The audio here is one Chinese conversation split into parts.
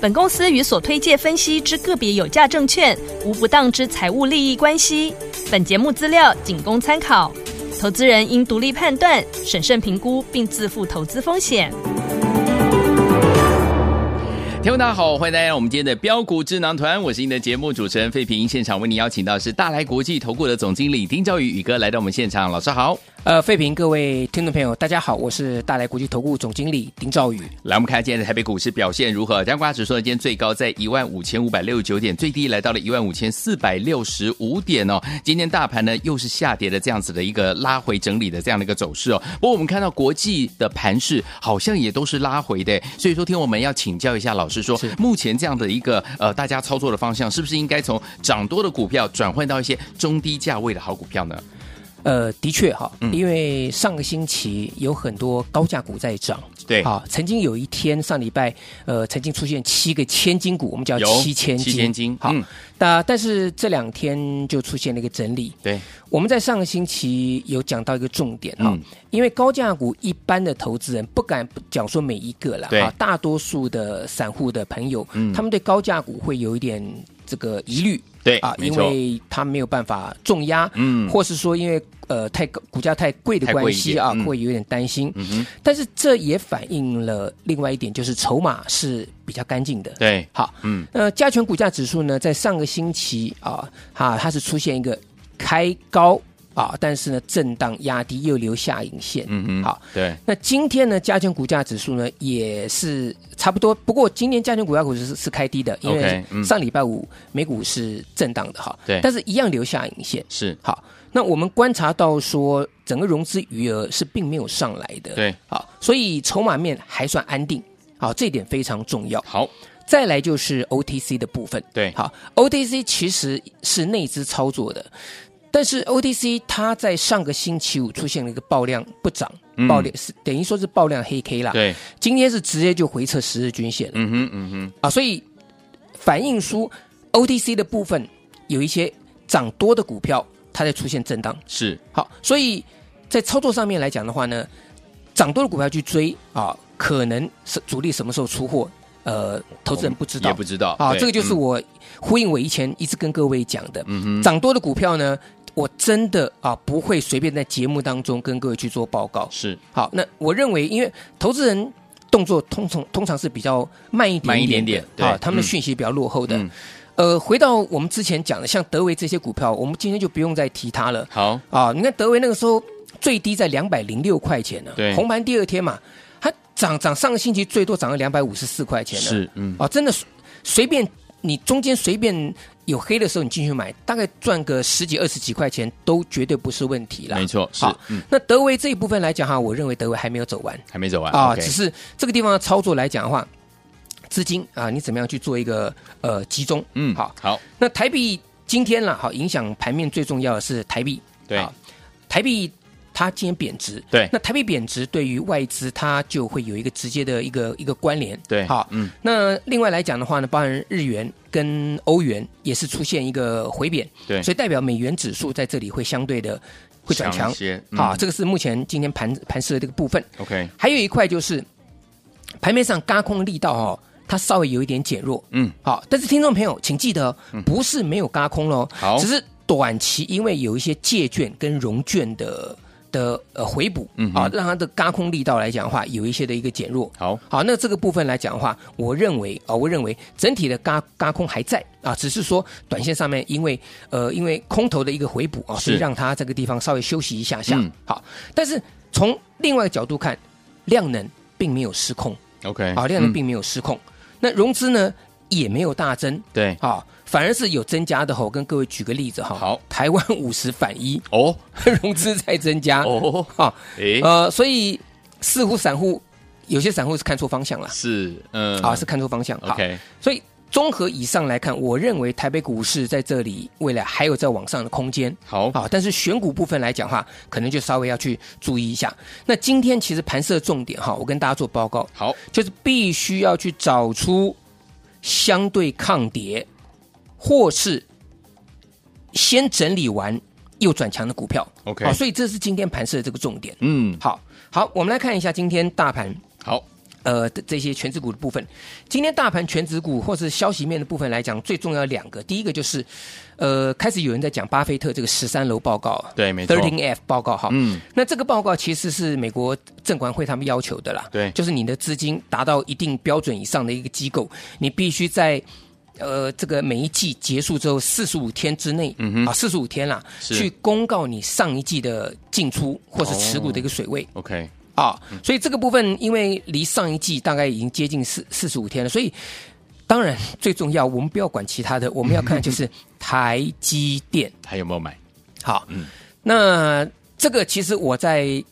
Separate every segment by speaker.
Speaker 1: 本公司与所推介分析之个别有价证券无不当之财务利益关系。本节目资料仅供参考，投资人应独立判断、审慎评估并自负投资风险。
Speaker 2: 听众大家好，欢迎大家来到我们今天的标股智囊团，我是您的节目主持人费平。现场为您邀请到是大来国际投顾的总经理丁兆宇宇哥来到我们现场，老师好。
Speaker 3: 呃，费评各位听众朋友，大家好，我是大来国际投顾总经理丁兆宇。
Speaker 2: 来，我们看今天的台北股市表现如何？加权指数呢，今天最高在一万五千五百六十九点，最低来到了一万五千四百六十五点哦。今天大盘呢又是下跌的这样子的一个拉回整理的这样的一个走势哦。不过我们看到国际的盘势好像也都是拉回的，欸所以说听我们要请教一下老师说，目前这样的一个呃大家操作的方向，是不是应该从涨多的股票转换到一些中低价位的好股票呢？
Speaker 3: 呃，的确哈，
Speaker 2: 嗯
Speaker 3: 因为上个星期有很多高价股在涨，
Speaker 2: 对
Speaker 3: 好，曾经有一天上礼拜，呃，曾经出现七个千金股，我们叫
Speaker 2: 有
Speaker 3: 呃七千金，
Speaker 2: 七千金
Speaker 3: 好
Speaker 2: 嗯，
Speaker 3: 那、但是这两天就出现了一个整理。
Speaker 2: 对，
Speaker 3: 我们在上个星期有讲到一个重点哈、
Speaker 2: 嗯
Speaker 3: 因为高价股一般的投资人不敢讲说每一个啦，
Speaker 2: 对嗯
Speaker 3: 啊，大多数的散户的朋友，他们对高价股会有一点这个疑虑，
Speaker 2: 对
Speaker 3: 啊，
Speaker 2: 没
Speaker 3: 因
Speaker 2: 错
Speaker 3: 为他没有办法重压，
Speaker 2: 嗯
Speaker 3: 或是说因为呃太高股价太贵的
Speaker 2: 太贵
Speaker 3: 关
Speaker 2: 一
Speaker 3: 系
Speaker 2: 点
Speaker 3: 啊，
Speaker 2: 嗯
Speaker 3: 会有点担心。
Speaker 2: 嗯哼，
Speaker 3: 但是这也反映了另外一点，就是筹码是比较干净的。
Speaker 2: 对，
Speaker 3: 好，
Speaker 2: 嗯，
Speaker 3: 那呃加权股价指数呢，在上个星期啊，哈，它是出现一个开高啊，但是呢震荡压低又留下影线。
Speaker 2: 嗯哼，
Speaker 3: 好，
Speaker 2: 对，
Speaker 3: 那今天呢，加权股价指数呢也是差不多，不过今天加权股价股是是开低的，因
Speaker 2: OK，
Speaker 3: 为
Speaker 2: 嗯
Speaker 3: 上礼拜五美股是震荡的哈，
Speaker 2: 对
Speaker 3: 但是一样留下影线。
Speaker 2: 是，
Speaker 3: 好，那我们观察到说，整个融资余额是并没有上来的，
Speaker 2: 对，
Speaker 3: 好，所以筹码面还算安定，好，这一点非常重要。
Speaker 2: 好，
Speaker 3: 再来就是 OTC 的部分，
Speaker 2: 对
Speaker 3: 好，OTC 其实是内资操作的，但是 OTC 它在上个星期五出现了一个爆量不涨
Speaker 2: 嗯，
Speaker 3: 爆量是、等于说是爆量黑 K 啦，，
Speaker 2: 对，
Speaker 3: 今天是直接就回撤十日均线了、
Speaker 2: 嗯哼，嗯哼，
Speaker 3: 啊，所以反映出 OTC 的部分有一些涨多的股票它在出现震荡，
Speaker 2: 是，
Speaker 3: 好，所以在操作上面来讲的话呢，涨多的股票去追啊，可能是主力什么时候出货，呃，投资人不知道
Speaker 2: 也不知道
Speaker 3: 啊，
Speaker 2: 对
Speaker 3: 这个就是
Speaker 2: 嗯
Speaker 3: 我呼应我以前一直跟各位讲的，涨多的股票呢，我真的啊不会随便在节目当中跟各位去做报告。
Speaker 2: 是，
Speaker 3: 好，那我认为，因为投资人动作通常通常是比较慢一点
Speaker 2: 慢一点
Speaker 3: 的
Speaker 2: 点对
Speaker 3: 啊，他们的
Speaker 2: 嗯
Speaker 3: 讯息比较落后的。
Speaker 2: 嗯
Speaker 3: 呃，回到我们之前讲的，像德维这些股票，我们今天就不用再提它了。
Speaker 2: 好，
Speaker 3: 啊，你看德维那个时候最低在两百零六块钱呢、
Speaker 2: 对
Speaker 3: 红盘第二天嘛，它涨涨上个星期最多涨了两百五十四块钱呢、
Speaker 2: 是，嗯，
Speaker 3: 啊，真的随随便你中间随便有黑的时候你进去买，大概赚个十几二十几块钱都绝对不是问题啦。
Speaker 2: 没错，是
Speaker 3: 啊好，
Speaker 2: 嗯，
Speaker 3: 那德维这一部分来讲哈，我认为德维还没有走完
Speaker 2: 还没走完
Speaker 3: 啊，
Speaker 2: ，OK
Speaker 3: 只是这个地方的操作来讲的话，资金啊，你怎么样去做一个呃集中？
Speaker 2: 嗯，
Speaker 3: 好，
Speaker 2: 好，
Speaker 3: 那台币今天啦，好，影响盘面最重要的是台币。
Speaker 2: 对
Speaker 3: 啊，台币它今天贬值，
Speaker 2: 对
Speaker 3: 那台币贬值对于外资它就会有一个直接的一个一个关联，
Speaker 2: 对
Speaker 3: 好，
Speaker 2: 嗯，
Speaker 3: 那另外来讲的话呢，包含日元跟欧元也是出现一个回贬，
Speaker 2: 对
Speaker 3: 所以代表美元指数在这里会相对的会转
Speaker 2: 强
Speaker 3: 强啊
Speaker 2: 一，些，嗯
Speaker 3: 好，这个是目前今天盘盘市的这个部分，
Speaker 2: ，OK，
Speaker 3: 还有一块就是盘面上嘎空的力道哦，它稍微有一点减弱，
Speaker 2: 嗯，
Speaker 3: 好，但是听众朋友，请记得，哦不是没有嘎空喽，
Speaker 2: 好
Speaker 3: 只是短期因为有一些借券跟融券的的呃回补，
Speaker 2: 嗯哼
Speaker 3: 啊，让它的嘎空力道来讲的话，有一些的一个减弱。
Speaker 2: 好，
Speaker 3: 好，那这个部分来讲的话，我认为啊、我认为整体的嘎嘎空还在啊，只是说短线上面因为呃因为空头的一个回补啊，所
Speaker 2: 是
Speaker 3: 以让它这个地方稍微休息一下下。
Speaker 2: 嗯
Speaker 3: 好，但是从另外一个角度看，量能并没有失控。
Speaker 2: ，OK，
Speaker 3: 啊，量能
Speaker 2: 嗯
Speaker 3: 并没有失控。那融资呢也没有大增，
Speaker 2: 对，
Speaker 3: 啊，反而是有增加的哈。我跟各位举个例子哈，
Speaker 2: 好
Speaker 3: 台湾五十反一，
Speaker 2: 哦，
Speaker 3: 融资在增加
Speaker 2: 哦，
Speaker 3: 啊，
Speaker 2: 诶，
Speaker 3: 呃，所以似乎散户有些散户是看错方向了
Speaker 2: 是，嗯，
Speaker 3: 啊，是看错方向。好
Speaker 2: OK，
Speaker 3: 所以综合以上来看，我认为台北股市在这里未来还有在往上的空间。
Speaker 2: 好
Speaker 3: 好，但是选股部分来讲的话，可能就稍微要去注意一下。那今天其实盘设重点哈，我跟大家做报告，
Speaker 2: 好，
Speaker 3: 就是必须要去找出相对抗跌，或是先整理完又转强的股票。
Speaker 2: OK
Speaker 3: 好，所以这是今天盘市的这个重点。
Speaker 2: 嗯，
Speaker 3: 好好，我们来看一下今天大盘。
Speaker 2: 好，
Speaker 3: 呃，这这些全指股的部分，今天大盘全指股或是消息面的部分来讲，最重要两个，第一个就是，呃，开始有人在讲巴菲特这个十三楼报告，
Speaker 2: 对没错
Speaker 3: ，Thirteen F 报告哈，
Speaker 2: 嗯，
Speaker 3: 那这个报告其实是美国证管会他们要求的啦，
Speaker 2: 对
Speaker 3: 就是你的资金达到一定标准以上的一个机构，你必须在。呃，这个每一季结束之后四十五天之内，嗯、啊，四十五天啦，
Speaker 2: 是
Speaker 3: 去公告你上一季的进出或是持股的一个水位。
Speaker 2: ，OK，
Speaker 3: 啊，所以这个部分因为离上一季大概已经接近四四十五天了，所以当然最重要，我们不要管其他的，我们要看就是台积电。
Speaker 2: 还有没有买？
Speaker 3: 好，
Speaker 2: 嗯
Speaker 3: 那这个其实我在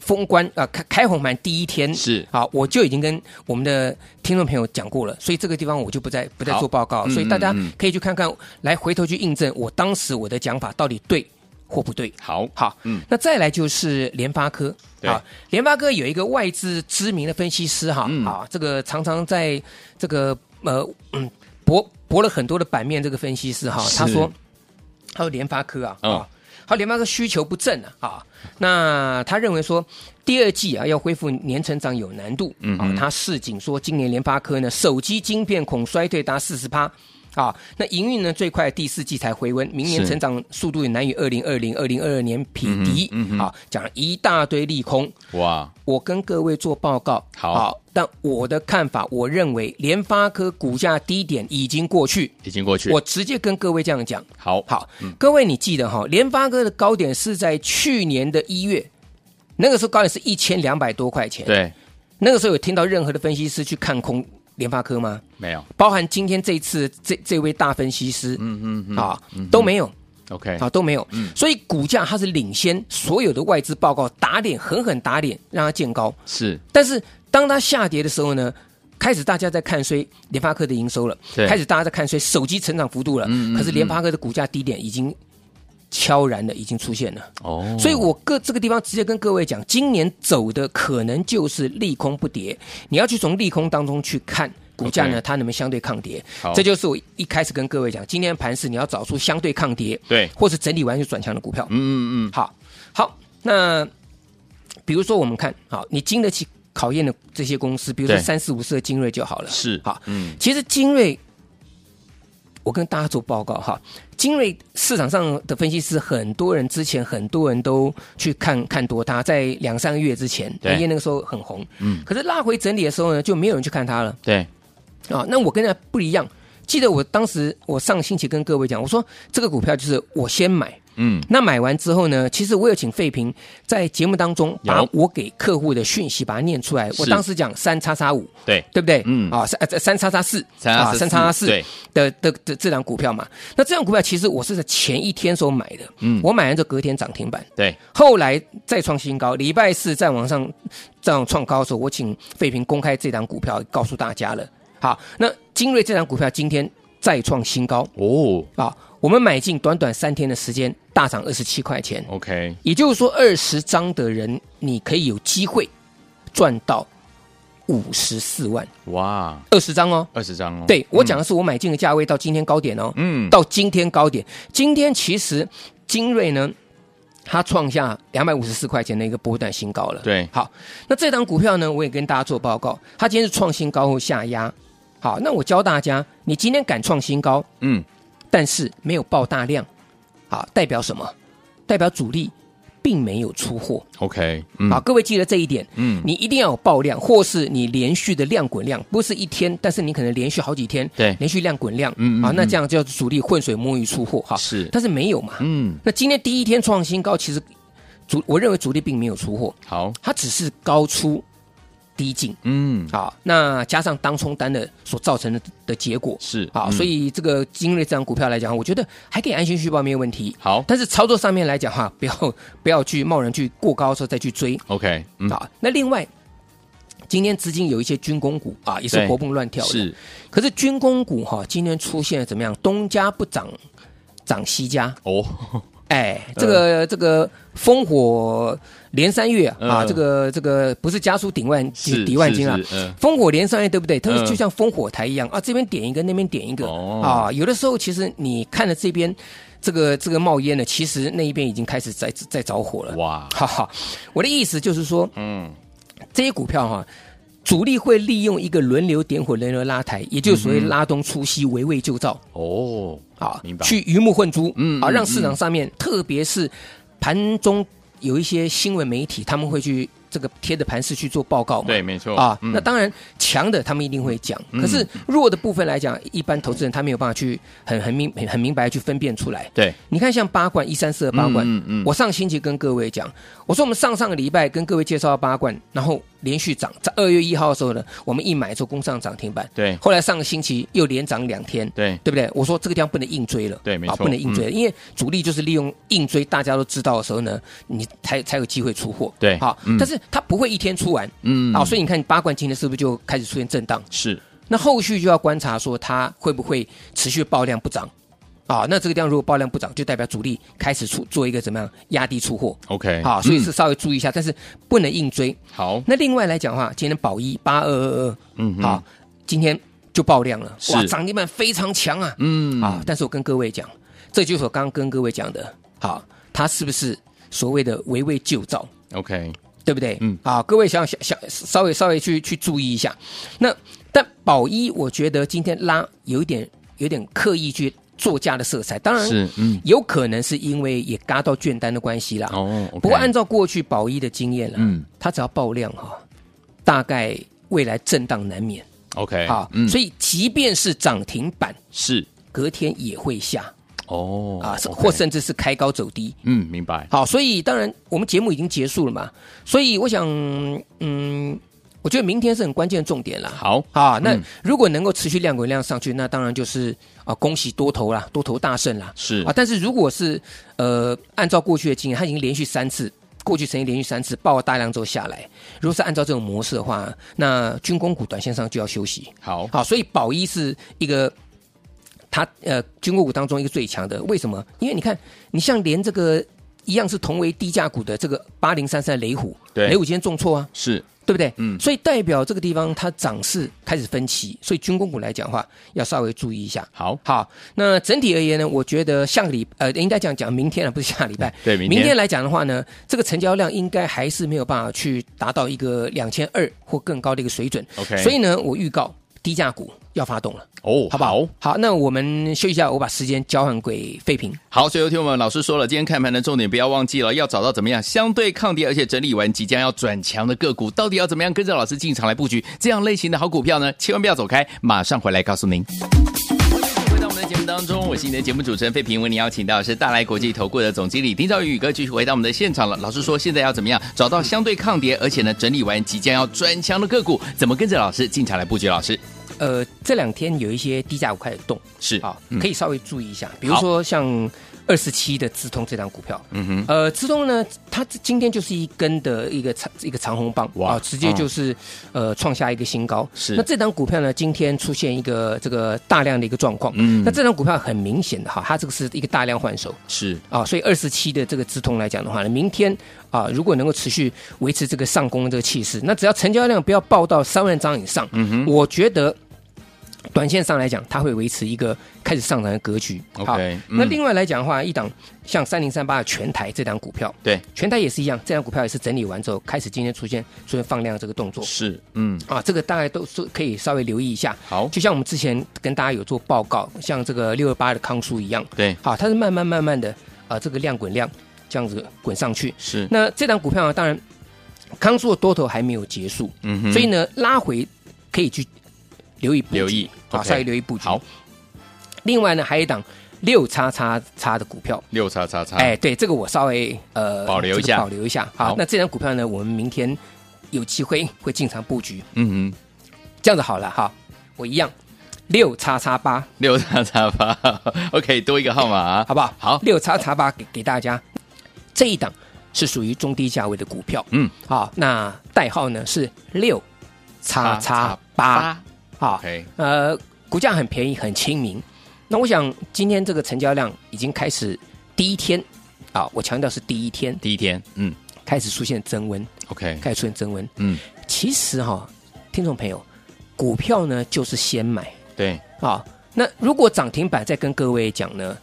Speaker 3: 封关啊、呃开开红盘第一天
Speaker 2: 是
Speaker 3: 啊，我就已经跟我们的听众朋友讲过了，所以这个地方我就不再不再
Speaker 2: 好
Speaker 3: 做报告，
Speaker 2: 嗯
Speaker 3: 所以大家
Speaker 2: 嗯嗯
Speaker 3: 可以去看看，来回头去印证我当时我的讲法到底对或不对。
Speaker 2: 好，
Speaker 3: 好，
Speaker 2: 嗯
Speaker 3: 嗯，那再来就是联发科，
Speaker 2: 对
Speaker 3: 啊，联发科有一个外资知名的分析师哈，
Speaker 2: 嗯
Speaker 3: 啊，这个常常在这个呃嗯博博了很多的版面，这个分析师哈，
Speaker 2: 是
Speaker 3: 他说，他说联发科啊，
Speaker 2: 嗯
Speaker 3: 啊，他说联发科需求不振啊，啊，那他认为说第二季啊要恢复年成长有难度，
Speaker 2: 嗯
Speaker 3: 啊
Speaker 2: 哼，
Speaker 3: 他市井说今年联发科呢手机晶片恐衰退达四十趴。啊，那营运呢最快第四季才回温，明年
Speaker 2: 是
Speaker 3: 成长速度也难与二零二零、二零二二年匹敌。
Speaker 2: 嗯哼嗯哼
Speaker 3: 啊，讲了一大堆利空，
Speaker 2: 哇，
Speaker 3: 我跟各位做报告。啊
Speaker 2: 好
Speaker 3: 但我的看法，我认为联发科股价低点已经过去，
Speaker 2: 已经过去，
Speaker 3: 我直接跟各位这样讲。
Speaker 2: 好，
Speaker 3: 好，各位你记得哈、联发科的高点是在去年的一月，那个时候高点是一千两百多块钱。，
Speaker 2: 对，
Speaker 3: 那个时候有听到任何的分析师去看空联发科吗？
Speaker 2: 没有
Speaker 3: 包含今天这一次这这位大分析师，嗯嗯啊都没有。
Speaker 2: ，OK，
Speaker 3: 啊，都没有，所以股价它是领先所有的外资报告，打脸，狠狠打脸，让它见高。
Speaker 2: 是，
Speaker 3: 但是当它下跌的时候呢，开始大家在看衰联发科的营收了，
Speaker 2: 对嗯
Speaker 3: 开始大家在看衰手机成长幅度了，可是联发科的股价低点已经悄然的已经出现了，
Speaker 2: 哦
Speaker 3: 所以我各这个地方直接跟各位讲，今年走的可能就是利空不跌，你要去从利空当中去看。股价
Speaker 2: OK
Speaker 3: 呢，它能不能相对抗跌
Speaker 2: 好？
Speaker 3: 这就是我一开始跟各位讲，今天盘市你要找出相对抗跌，
Speaker 2: 对
Speaker 3: 或是整理完就转强的股票。
Speaker 2: 嗯嗯嗯，
Speaker 3: 好，好，那比如说我们看，好，你经得起考验的这些公司，比如说
Speaker 2: 对
Speaker 3: 三四五四的精锐就好了。
Speaker 2: 是，
Speaker 3: 好，
Speaker 2: 嗯，
Speaker 3: 其实精锐，我跟大家做报告哈，精锐市场上的分析师，很多人之前很多人都去看看多它，在两三个月之前，
Speaker 2: 对
Speaker 3: 因为那个时候很红，
Speaker 2: 嗯
Speaker 3: 嗯，可是拉回整理的时候呢，就没有人去看它了。
Speaker 2: 对，
Speaker 3: 啊，那我跟他不一样。记得我当时，我上星期跟各位讲，我说这个股票就是我先买，
Speaker 2: 嗯，
Speaker 3: 那买完之后呢，其实我有请费平在节目当中把
Speaker 2: 有
Speaker 3: 我给客户的讯息把它念出来。我
Speaker 2: 是
Speaker 3: 当时讲三叉叉五，
Speaker 2: 对，
Speaker 3: 对不对？
Speaker 2: 嗯
Speaker 3: 啊，三呃三叉叉四，
Speaker 2: 3
Speaker 3: 啊三叉叉四
Speaker 2: 对
Speaker 3: 的的的这档股票嘛。那这档股票其实我是在前一天所买的，
Speaker 2: 嗯
Speaker 3: 我买完之后隔天涨停板，
Speaker 2: 对，
Speaker 3: 后来再创新高，礼拜四再往上再往创高的时候，我请费平公开这档股票，告诉大家了。好，那精锐这档股票今天再创新高
Speaker 2: 哦
Speaker 3: 啊，我们买进短短三天的时间，大涨二十七块钱，
Speaker 2: ，OK，
Speaker 3: 也就是说二十张的人，你可以有机会赚到五十四万，
Speaker 2: 哇，
Speaker 3: 二十张哦。
Speaker 2: 二十张哦，
Speaker 3: 对
Speaker 2: 嗯
Speaker 3: 我讲，的是我买进的价位到今天高点哦，
Speaker 2: 嗯，
Speaker 3: 到今天高点，今天其实精锐呢，它创下两百五十四块钱的一个波段新高了。
Speaker 2: 对
Speaker 3: 好，那这档股票呢，我也跟大家做报告，它今天是创新高后下压。好，那我教大家，你今天敢创新高，
Speaker 2: 嗯，
Speaker 3: 但是没有爆大量，好，代表什么？代表主力并没有出货。
Speaker 2: OK，嗯，
Speaker 3: 啊好，，各位记得这一点。
Speaker 2: 嗯，
Speaker 3: 你一定要有爆量，或是你连续的量滚量，不是一天，但是你可能连续好几天，
Speaker 2: 对
Speaker 3: 连续量滚量，
Speaker 2: 嗯嗯
Speaker 3: 啊，那
Speaker 2: 嗯
Speaker 3: 这样叫主力浑水摸鱼出货哈，
Speaker 2: 是
Speaker 3: 但是没有嘛，
Speaker 2: 嗯，
Speaker 3: 那今天第一天创新高，其实主我认为主力并没有出货，
Speaker 2: 好，
Speaker 3: 它只是高出低进
Speaker 2: 嗯，
Speaker 3: 啊，那加上当冲单的所造成的的结果
Speaker 2: 是，
Speaker 3: 啊，
Speaker 2: 嗯
Speaker 3: 所以这个精锐这张股票来讲，我觉得还可以安心续报没有问题，
Speaker 2: 好
Speaker 3: 但是操作上面来讲哈，不要不要去贸然去过高的时候再去追，
Speaker 2: ，OK，嗯，
Speaker 3: 啊，那另外今天资金有一些军工股啊，也是
Speaker 2: 对
Speaker 3: 活蹦乱跳的。
Speaker 2: 是
Speaker 3: 可是军工股哈、今天出现了怎么样？东家不涨，涨西家。
Speaker 2: 哦，
Speaker 3: 哎，这个、这个烽火连三月啊，
Speaker 2: 嗯
Speaker 3: 这个这个不是家书顶万
Speaker 2: 是
Speaker 3: 抵万金啊
Speaker 2: 是是嗯，
Speaker 3: 烽、火连三月对不对？它
Speaker 2: 嗯
Speaker 3: 就像烽火台一样、啊，这边点一个，那边点一个、
Speaker 2: 哦
Speaker 3: 啊。有的时候其实你看了这边这个这个冒烟了，其实那一边已经开始在在着火了。
Speaker 2: 哇，
Speaker 3: 哈哈，我的意思就是说，
Speaker 2: 嗯，
Speaker 3: 这些股票哈、主力会利用一个轮流点火、轮流拉抬，也就是所谓拉东出西、围魏救赵
Speaker 2: 哦，
Speaker 3: 啊
Speaker 2: 明，白
Speaker 3: 去鱼目混珠，
Speaker 2: 嗯
Speaker 3: 啊，
Speaker 2: 嗯
Speaker 3: 让
Speaker 2: 嗯
Speaker 3: 市场上面，特别是盘中有一些新闻媒体，他们会去这个贴着盘势去做报告嘛，
Speaker 2: 对，没错
Speaker 3: 啊，
Speaker 2: 嗯
Speaker 3: 那当然强的他们一定会讲，
Speaker 2: 嗯
Speaker 3: 可是弱的部分来讲，一般投资人他没有办法去很很明很很明白地去分辨出来。
Speaker 2: 对，
Speaker 3: 你看像八冠一三四二八冠，
Speaker 2: 嗯嗯嗯
Speaker 3: 我上星期跟各位讲，我说我们上上个礼拜跟各位介绍八冠，然后连续涨，在二月一号的时候呢，我们一买之后攻上涨停板，
Speaker 2: 对
Speaker 3: 后来上个星期又连涨两天，
Speaker 2: 对
Speaker 3: 对不对？我说这个地方不能硬追了，
Speaker 2: 对没
Speaker 3: 啊
Speaker 2: 错嗯
Speaker 3: 不能硬追了，因为主力就是利用硬追，大家都知道的时候呢，你才才有机会出货，
Speaker 2: 对
Speaker 3: 好，
Speaker 2: 嗯
Speaker 3: 但是它不会一天出完，
Speaker 2: 嗯
Speaker 3: 啊，所以你看八冠今天是不是就开始出现震荡？
Speaker 2: 是
Speaker 3: 那后续就要观察说它会不会持续爆量不涨啊？那这个地方如果爆量不涨，就代表主力开始出做一个怎么样压低出货
Speaker 2: OK，
Speaker 3: 啊？所以是
Speaker 2: 嗯
Speaker 3: 稍微注意一下，但是不能硬追。
Speaker 2: 好，
Speaker 3: 那另外来讲的话，今天宝一八二二
Speaker 2: 嗯哼
Speaker 3: 二啊，今天就爆量了，
Speaker 2: 是
Speaker 3: 哇，涨停板非常强啊！
Speaker 2: 嗯
Speaker 3: 啊，，但是我跟各位讲，这就是我刚刚跟各位讲的，好，它是不是所谓的围魏救赵？
Speaker 2: ，OK，
Speaker 3: 对不对？
Speaker 2: 嗯
Speaker 3: 啊，各位想想想，稍微稍微去去注意一下。那但宝一，我觉得今天拉有一点有点刻意去作价的色彩，当然
Speaker 2: 是嗯
Speaker 3: 有可能是因为也嘎到券单的关系啦。
Speaker 2: 哦，OK，
Speaker 3: 不过按照过去宝一的经验啦，
Speaker 2: 嗯
Speaker 3: 它只要爆量哈、大概未来震荡难免
Speaker 2: OK，嗯
Speaker 3: 啊。所以即便是涨停板，
Speaker 2: 是
Speaker 3: 隔天也会下
Speaker 2: 哦
Speaker 3: 啊，是
Speaker 2: OK
Speaker 3: 或甚至是开高走低。
Speaker 2: 嗯，明白，
Speaker 3: 好，所以当然我们节目已经结束了嘛，所以我想，嗯，我觉得明天是很关键的重点啦。
Speaker 2: 好，
Speaker 3: 啊，那
Speaker 2: 嗯
Speaker 3: 如果能够持续量滚量上去，那当然就是啊，恭喜多头啦，多头大胜啦。
Speaker 2: 是
Speaker 3: 啊，但是如果是呃，按照过去的经验，它已经连续三次，过去曾经连续三次爆了大量之后下来，如果是按照这种模式的话，那军工股短线上就要休息。
Speaker 2: 好，
Speaker 3: 哦好，所以宝一是一个它呃军工股当中一个最强的。为什么？因为你看，你像连这个一样是同为低价股的这个八零三三雷虎，
Speaker 2: 对
Speaker 3: 雷虎今天重挫啊，
Speaker 2: 是
Speaker 3: 对不对？
Speaker 2: 嗯
Speaker 3: 所以代表这个地方它涨势开始分歧，所以军工股来讲的话，要稍微注意一下。
Speaker 2: 好，
Speaker 3: 好，那整体而言呢，我觉得下个礼呃，应该讲讲明天啊，不是下礼拜。
Speaker 2: 对明天
Speaker 3: 明天来讲的话呢，这个成交量应该还是没有办法去达到一个两千二或更高的一个水准。
Speaker 2: OK
Speaker 3: 所以呢，我预告低价股要发动了，
Speaker 2: 哦，
Speaker 3: 好不好？好，那我们休息一下，我把时间交换给费平。
Speaker 2: 好，所以有听我们老师说了，今天看盘的重点不要忘记了，要找到怎么样相对抗跌，而且整理完即将要转强的个股，到底要怎么样跟着老师进场来布局这样类型的好股票呢？千万不要走开，马上回来告诉您。回到我们的节目当中，我是你的节目主持人费平，为您邀请到的是大来国际投顾的总经理丁兆宇宇哥，继续回到我们的现场了。老师说，现在要怎么样找到相对抗跌，而且呢整理完即将要转强的个股，怎么跟着老师进场来布局？老师
Speaker 3: 呃，这两天有一些低价股开始动，
Speaker 2: 是
Speaker 3: 啊，
Speaker 2: 嗯
Speaker 3: 可以稍微注意一下，比如说像二十七的资通这张股票，嗯哼，呃，资通呢，它今天就是一根的一个长一个长红棒
Speaker 2: 哇嗯
Speaker 3: 啊，直接就是、呃创下一个新高。
Speaker 2: 是
Speaker 3: 那这张股票呢，今天出现一个这个大量的一个状况，
Speaker 2: 嗯
Speaker 3: 那这张股票很明显的哈，它这个是一个大量换手，
Speaker 2: 是
Speaker 3: 啊，所以二十七的这个资通来讲的话呢，明天啊，如果能够持续维持这个上攻的这个气势，那只要成交量不要爆到三万张以上，嗯哼，我觉得短线上来讲，它会维持一个开始上涨的格局。
Speaker 2: OK，
Speaker 3: 好
Speaker 2: 嗯
Speaker 3: 那另外来讲的话，一档像三零三八的全台这档股票，
Speaker 2: 对
Speaker 3: 全台也是一样，这档股票也是整理完之后，开始今天出现出现放量这个动作。
Speaker 2: 是嗯
Speaker 3: 啊，这个大概都是可以稍微留意一下。
Speaker 2: 好
Speaker 3: 就像我们之前跟大家有做报告，像这个六二八的康舒一样，
Speaker 2: 对
Speaker 3: 好，啊它是慢慢慢慢的啊、这个量滚量这样子滚上去。
Speaker 2: 是
Speaker 3: 那这档股票啊，当然康舒的多头还没有结束，
Speaker 2: 嗯哼
Speaker 3: 所以呢，拉回可以去留意布局
Speaker 2: 留意
Speaker 3: 啊，
Speaker 2: OK
Speaker 3: 稍微留意布局。
Speaker 2: 好，
Speaker 3: 另外呢，还有一档六叉叉叉的股票。
Speaker 2: 六叉叉叉
Speaker 3: 哎，对，这个我稍微呃
Speaker 2: 啊保留一
Speaker 3: 这个
Speaker 2: 下
Speaker 3: 保留一下。
Speaker 2: 好
Speaker 3: 好，那这档股票呢，我们明天有机会会进场布局。
Speaker 2: 嗯哼。
Speaker 3: 这样子好了哈，我一样六叉叉八，
Speaker 2: 六叉叉八 ，OK，多一个号码、啊
Speaker 3: 好不好？
Speaker 2: 好
Speaker 3: 六叉叉八给给大家这一档是属于中低价位的股票，
Speaker 2: 嗯，
Speaker 3: 好，那代号呢是六叉叉八啊，
Speaker 2: ，OK，
Speaker 3: 呃，股价很便宜，很亲民。那我想今天这个成交量已经开始第一天啊，我强调是第一天
Speaker 2: 第一天，嗯
Speaker 3: 开始出现增温，
Speaker 2: ，OK，
Speaker 3: 开始出现增温。
Speaker 2: 嗯，
Speaker 3: 其实哈、听众朋友，股票呢就是先买
Speaker 2: 对，
Speaker 3: 啊。那如果涨停板再跟各位讲呢，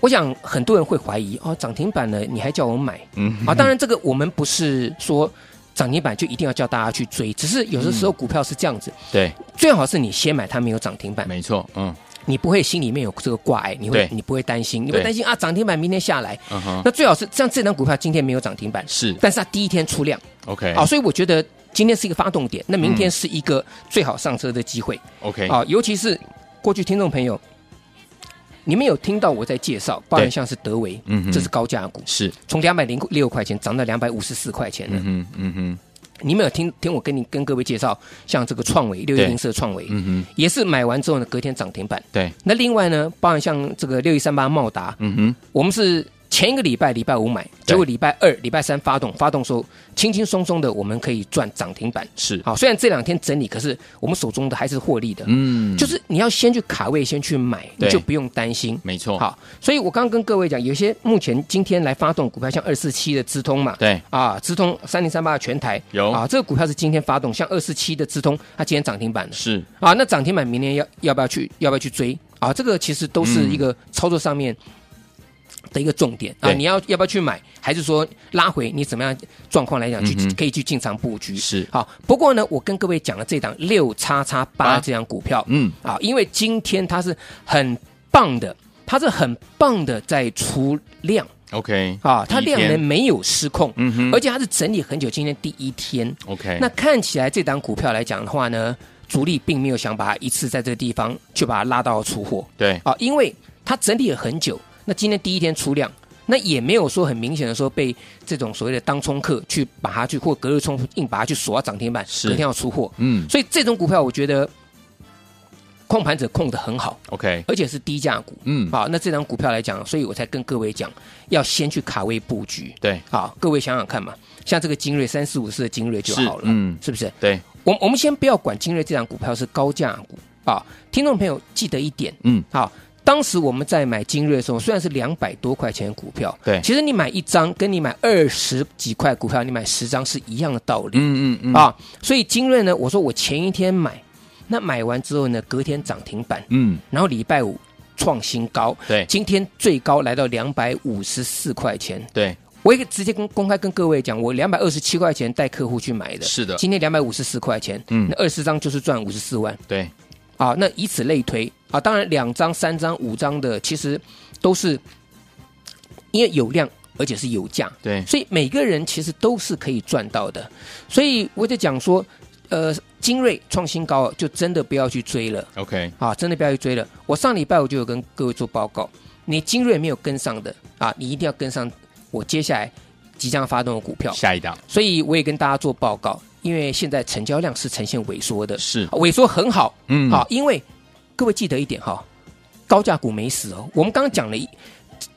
Speaker 3: 我想很多人会怀疑哦，涨停板呢你还叫我买？
Speaker 2: 嗯
Speaker 3: 啊，当然这个我们不是说涨停板就一定要叫大家去追，只是有的时候股票是这样子，
Speaker 2: 对，
Speaker 3: 最好是你先买它没有涨停板，
Speaker 2: 没错，嗯
Speaker 3: 你不会心里面有这个挂碍，你会
Speaker 2: 对
Speaker 3: 你不会担心，你
Speaker 2: 对
Speaker 3: 会担心啊涨停板明天下来，
Speaker 2: 嗯哼，
Speaker 3: 那最好是像这张股票今天没有涨停板，
Speaker 2: 是
Speaker 3: 但是它第一天出量
Speaker 2: ，OK，
Speaker 3: 啊，所以我觉得今天是一个发动点，那明
Speaker 2: 嗯
Speaker 3: 天是一个最好上车的机会
Speaker 2: o k
Speaker 3: 啊，尤其是过去听众朋友。你们有听到我在介绍，包
Speaker 2: 对
Speaker 3: 含像是德维，
Speaker 2: 嗯哼
Speaker 3: 这是高价股，
Speaker 2: 是，
Speaker 3: 从两百零六块钱涨到两百五十四块钱了。
Speaker 2: 嗯哼，嗯哼，
Speaker 3: 你们有听听我跟你跟各位介绍，像这个创维六一零四的创维，
Speaker 2: 嗯哼，
Speaker 3: 也是买完之后呢，隔天涨停板。
Speaker 2: 对，
Speaker 3: 那另外呢，包含像这个六一三八茂达，
Speaker 2: 嗯哼，
Speaker 3: 我们是前一个礼拜礼拜五买，结果礼拜二、礼拜三发动，发动的时候轻轻松松的，我们可以赚涨停板。
Speaker 2: 是，
Speaker 3: 好，虽然这两天整理，可是我们手中的还是获利的。
Speaker 2: 嗯，
Speaker 3: 就是是你要先去卡位，先去买，你
Speaker 2: 对哦
Speaker 3: 就不用担心。
Speaker 2: 没错，，
Speaker 3: 好，所以我刚刚跟各位讲，有些目前今天来发动股票，像二四七的资通嘛，
Speaker 2: 对，
Speaker 3: 啊，资通三零三八的全台
Speaker 2: 有
Speaker 3: 啊，这个股票是今天发动，像二四七的资通，它今天涨停板的
Speaker 2: 是，
Speaker 3: 啊，那涨停板明天要要不要去要不要去追啊？这个其实都
Speaker 2: 嗯
Speaker 3: 是一个操作上面的一个重点、啊，
Speaker 2: 对
Speaker 3: 你要要不要去买，还是说拉回你怎么样状况来讲去、
Speaker 2: 嗯哼
Speaker 3: 可以去进场布局
Speaker 2: 是
Speaker 3: 好。不过呢，我跟各位讲了这档六叉叉八
Speaker 2: 啊
Speaker 3: 这张股票，
Speaker 2: 嗯，
Speaker 3: 啊，因为今天它是很棒的，它是很棒的在出量
Speaker 2: OK
Speaker 3: 啊，它量能
Speaker 2: 能，
Speaker 3: 没有失控，
Speaker 2: 嗯哼，哎
Speaker 3: 而且它是整理很久，今天第一天。
Speaker 2: OK，
Speaker 3: 那看起来这档股票来讲的话呢，主力并没有想把它一次在这个地方就把它拉到出货
Speaker 2: 对，
Speaker 3: 啊，因为它整理了很久，那今天第一天出量。那也没有说很明显的说被这种所谓的当冲客去把它去或隔日冲硬把它去锁到涨停板，
Speaker 2: 是
Speaker 3: 隔天要出货，
Speaker 2: 嗯
Speaker 3: 所以这种股票我觉得控盘者控的很好，
Speaker 2: ，OK，
Speaker 3: 而且是低价股。
Speaker 2: 嗯，
Speaker 3: 好，那这张股票来讲，所以我才跟各位讲，要先去卡位布局。
Speaker 2: 对，
Speaker 3: 好，各位想想看嘛，像这个精锐三四五四的精锐就是好了，
Speaker 2: 嗯
Speaker 3: 是不是？
Speaker 2: 对，
Speaker 3: 我我们先不要管精锐这张股票是高价股啊，听众朋友记得一点，
Speaker 2: 嗯，
Speaker 3: 好，当时我们在买精锐的时候，虽然是两百多块钱的股票，
Speaker 2: 对
Speaker 3: 其实你买一张跟你买二十几块股票，你买十张是一样的道理。
Speaker 2: 嗯嗯嗯，
Speaker 3: 啊，所以精锐呢，我说我前一天买，那买完之后呢，隔天涨停板，
Speaker 2: 嗯，
Speaker 3: 然后礼拜五创新高，
Speaker 2: 对
Speaker 3: 今天最高来到两百五十四块钱。
Speaker 2: 对，
Speaker 3: 我也直接跟公开跟各位讲，我两百二十七块钱带客户去买的，
Speaker 2: 是的
Speaker 3: 今天两百五十四块钱，
Speaker 2: 嗯
Speaker 3: 那二十张就是赚五十四万
Speaker 2: 对，
Speaker 3: 啊，那以此类推啊，当然两张、三张、五张的其实都是因为有量，而且是有价，
Speaker 2: 对，
Speaker 3: 所以每个人其实都是可以赚到的。所以我在讲说，呃，精锐创新高就真的不要去追了
Speaker 2: OK，
Speaker 3: 啊，真的不要去追了。我上礼拜我就有跟各位做报告，你精锐没有跟上的啊，你一定要跟上我接下来即将发动的股票。
Speaker 2: 下一档
Speaker 3: 所以我也跟大家做报告，因为现在成交量是呈现萎缩的，啊
Speaker 2: 是，
Speaker 3: 萎缩很好
Speaker 2: 嗯，
Speaker 3: 啊，因为各位记得一点哈，高价股没死哦。我们刚刚讲了一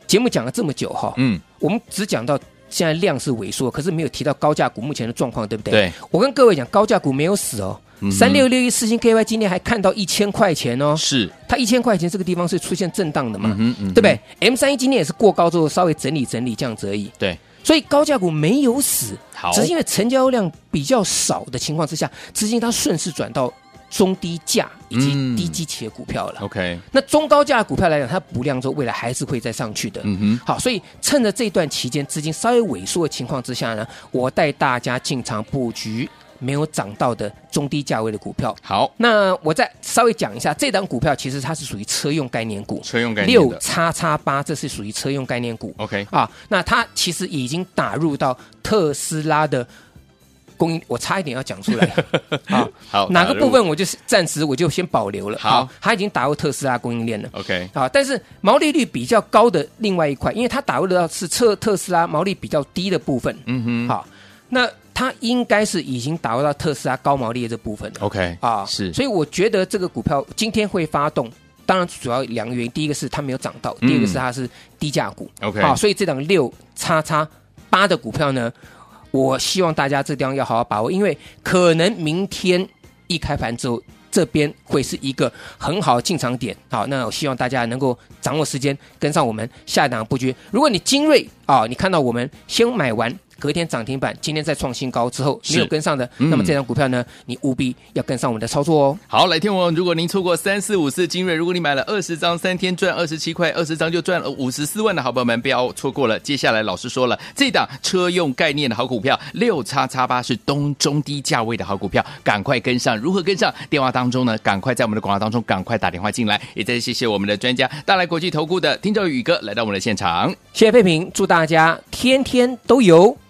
Speaker 3: 节目讲了这么久哈，
Speaker 2: 嗯，
Speaker 3: 我们只讲到现在量是萎缩，可是没有提到高价股目前的状况，对不对？
Speaker 2: 对，
Speaker 3: 我跟各位讲，高价股没有死哦。
Speaker 2: 嗯
Speaker 3: 三六六一四星 KY 今天还看到一千块钱哦，
Speaker 2: 是，
Speaker 3: 它一千块钱这个地方是出现震荡的嘛，
Speaker 2: 嗯哼，嗯
Speaker 3: 对不？对？M 三一今天也是过高之后稍微整理整理这样子而已，
Speaker 2: 对，
Speaker 3: 所以高价股没有死，
Speaker 2: 好，
Speaker 3: 只是因为成交量比较少的情况之下，资金它顺势转到中低价以及
Speaker 2: 嗯
Speaker 3: 低基企的股票了。
Speaker 2: OK，
Speaker 3: 那中高价的股票来讲，它补量之后，未来还是会再上去的。
Speaker 2: 嗯哼，
Speaker 3: 好，所以趁着这段期间资金稍微萎缩的情况之下呢，我带大家进场布局没有涨到的中低价位的股票。
Speaker 2: 好，
Speaker 3: 那我再稍微讲一下，这档股票其实它是属于车用概念股，
Speaker 2: 车用概念
Speaker 3: 六
Speaker 2: 的
Speaker 3: 叉叉八，这是属于车用概念股
Speaker 2: ，OK，
Speaker 3: 啊。那它其实已经打入到特斯拉的供应，我差一点要讲 出来啊，
Speaker 2: 好，
Speaker 3: 哪个
Speaker 2: 哦打入
Speaker 3: 部分我就是暂时我就先保留了。
Speaker 2: 好
Speaker 3: 啊，它已经打入特斯拉供应链了。
Speaker 2: ？OK，
Speaker 3: 啊，但是毛利率比较高的另外一块，因为它打入到是特特斯拉毛利比较低的部分，
Speaker 2: 嗯哼
Speaker 3: 好、那它应该是已经打入到特斯拉高毛利的这部分了
Speaker 2: ，OK，
Speaker 3: 啊，
Speaker 2: 是，
Speaker 3: 所以我觉得这个股票今天会发动，当然主要两个原因，第一个是它没有涨到，
Speaker 2: 嗯
Speaker 3: 第二个是它是低价股，
Speaker 2: OK
Speaker 3: 啊，所以这档六叉叉八的股票呢，我希望大家这地方要好好把握，因为可能明天一开盘之后。这边会是一个很好的进场点，好，那我希望大家能够掌握时间，跟上我们下一档布局。如果你精锐啊，你看到我们先买完，隔天涨停板，今天再创新高之后
Speaker 2: 是
Speaker 3: 没有跟上的，
Speaker 2: 嗯
Speaker 3: 那么这张股票呢，你务必要跟上我们的操作哦。
Speaker 2: 好，来天王，如果您错过三四五四精锐，如果你买了二十张，三天赚二十七块，二十张就赚了五十四万的好朋友们，不要错过了。接下来老师说了，这档车用概念的好股票六叉叉八是东中低价位的好股票，赶快跟上。如何跟上？电话当中呢，赶快在我们的广告当中赶快打电话进来。也再谢谢我们的专家大来国际投顾的听众宇哥来到我们的现场，
Speaker 3: 谢谢费平，祝大家天天都有。